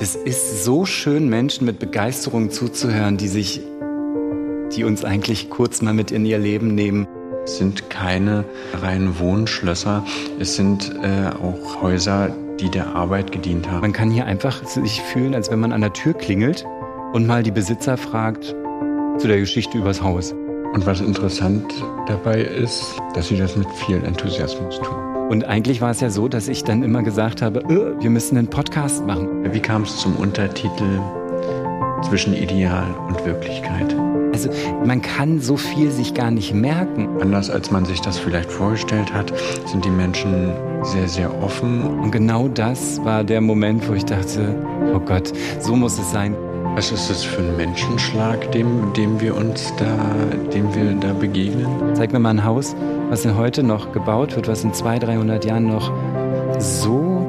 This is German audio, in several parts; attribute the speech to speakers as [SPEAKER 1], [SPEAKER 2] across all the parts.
[SPEAKER 1] Es ist so schön, Menschen mit Begeisterung zuzuhören, die sich, die uns eigentlich kurz mal mit in ihr Leben nehmen.
[SPEAKER 2] Es sind keine reinen Wohnschlösser, es sind äh, auch Häuser, die der Arbeit gedient haben.
[SPEAKER 1] Man kann hier einfach sich fühlen, als wenn man an der Tür klingelt und mal die Besitzer fragt zu der Geschichte übers Haus.
[SPEAKER 2] Und was interessant dabei ist, dass sie das mit viel Enthusiasmus tun.
[SPEAKER 1] Und eigentlich war es ja so, dass ich dann immer gesagt habe, äh, wir müssen einen Podcast machen.
[SPEAKER 2] Wie kam es zum Untertitel zwischen Ideal und Wirklichkeit?
[SPEAKER 1] Also man kann so viel sich gar nicht merken.
[SPEAKER 2] Anders als man sich das vielleicht vorgestellt hat, sind die Menschen sehr, sehr offen.
[SPEAKER 1] Und genau das war der Moment, wo ich dachte, oh Gott, so muss es sein.
[SPEAKER 2] Was ist das für ein Menschenschlag, dem, dem wir uns da, dem wir da begegnen?
[SPEAKER 1] Zeig mir mal ein Haus, was denn heute noch gebaut wird, was in 200, 300 Jahren noch so,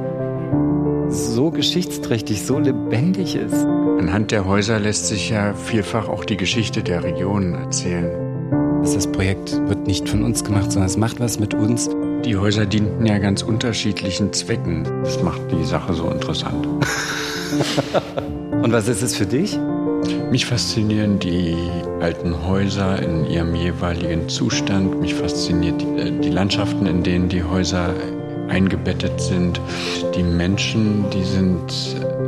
[SPEAKER 1] so geschichtsträchtig, so lebendig ist.
[SPEAKER 2] Anhand der Häuser lässt sich ja vielfach auch die Geschichte der Regionen erzählen.
[SPEAKER 1] Das Projekt wird nicht von uns gemacht, sondern es macht was mit uns.
[SPEAKER 2] Die Häuser dienten ja ganz unterschiedlichen Zwecken. Das macht die Sache so interessant.
[SPEAKER 1] Und was ist es für dich?
[SPEAKER 2] Mich faszinieren die alten Häuser in ihrem jeweiligen Zustand. Mich fasziniert äh, die, die, Landschaften, in denen die Häuser eingebettet sind. Die Menschen, die sind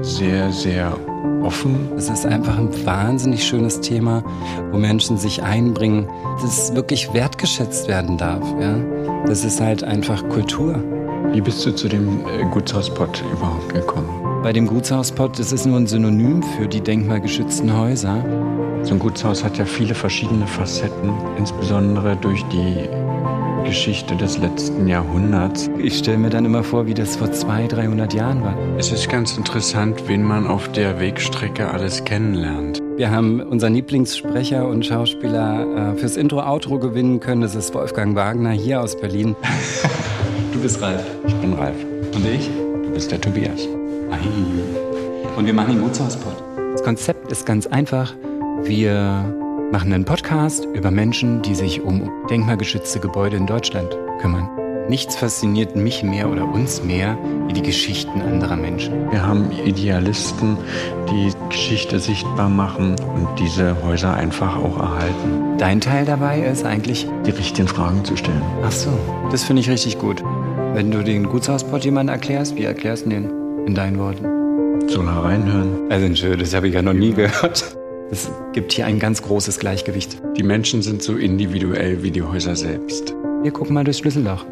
[SPEAKER 2] sehr, sehr offen.
[SPEAKER 1] Es ist einfach ein wahnsinnig schönes Thema, wo Menschen sich einbringen, dass es wirklich wertgeschätzt werden darf. Ja? Das ist halt einfach Kultur.
[SPEAKER 2] Wie bist du zu dem Gutshauspott überhaupt gekommen?
[SPEAKER 1] Bei dem Gutshauspott, das ist nur ein Synonym für die denkmalgeschützten Häuser.
[SPEAKER 2] So ein Gutshaus hat ja viele verschiedene Facetten, insbesondere durch die Geschichte des letzten Jahrhunderts.
[SPEAKER 1] Ich stelle mir dann immer vor, wie das vor 200, 300 Jahren war.
[SPEAKER 2] Es ist ganz interessant, wen man auf der Wegstrecke alles kennenlernt.
[SPEAKER 1] Wir haben unseren Lieblingssprecher und Schauspieler äh, fürs Intro-Outro gewinnen können. Das ist Wolfgang Wagner hier aus Berlin.
[SPEAKER 2] du bist Ralf. Ich bin Ralf.
[SPEAKER 1] Und ich?
[SPEAKER 2] Du bist der Tobias.
[SPEAKER 1] Und wir machen den Gutshauspod. Das Konzept ist ganz einfach. Wir machen einen Podcast über Menschen, die sich um denkmalgeschützte Gebäude in Deutschland kümmern. Nichts fasziniert mich mehr oder uns mehr wie die Geschichten anderer Menschen.
[SPEAKER 2] Wir haben Idealisten, die Geschichte sichtbar machen und diese Häuser einfach auch erhalten.
[SPEAKER 1] Dein Teil dabei ist eigentlich,
[SPEAKER 2] die richtigen Fragen zu stellen.
[SPEAKER 1] Ach so, das finde ich richtig gut. Wenn du den Gutshauspot jemandem erklärst, wie erklärst du den? in deinen Worten.
[SPEAKER 2] Soll er reinhören?
[SPEAKER 1] Also schön, das habe ich ja noch nie gehört. Es gibt hier ein ganz großes Gleichgewicht.
[SPEAKER 2] Die Menschen sind so individuell wie die Häuser selbst.
[SPEAKER 1] Wir gucken mal durchs Schlüsselloch.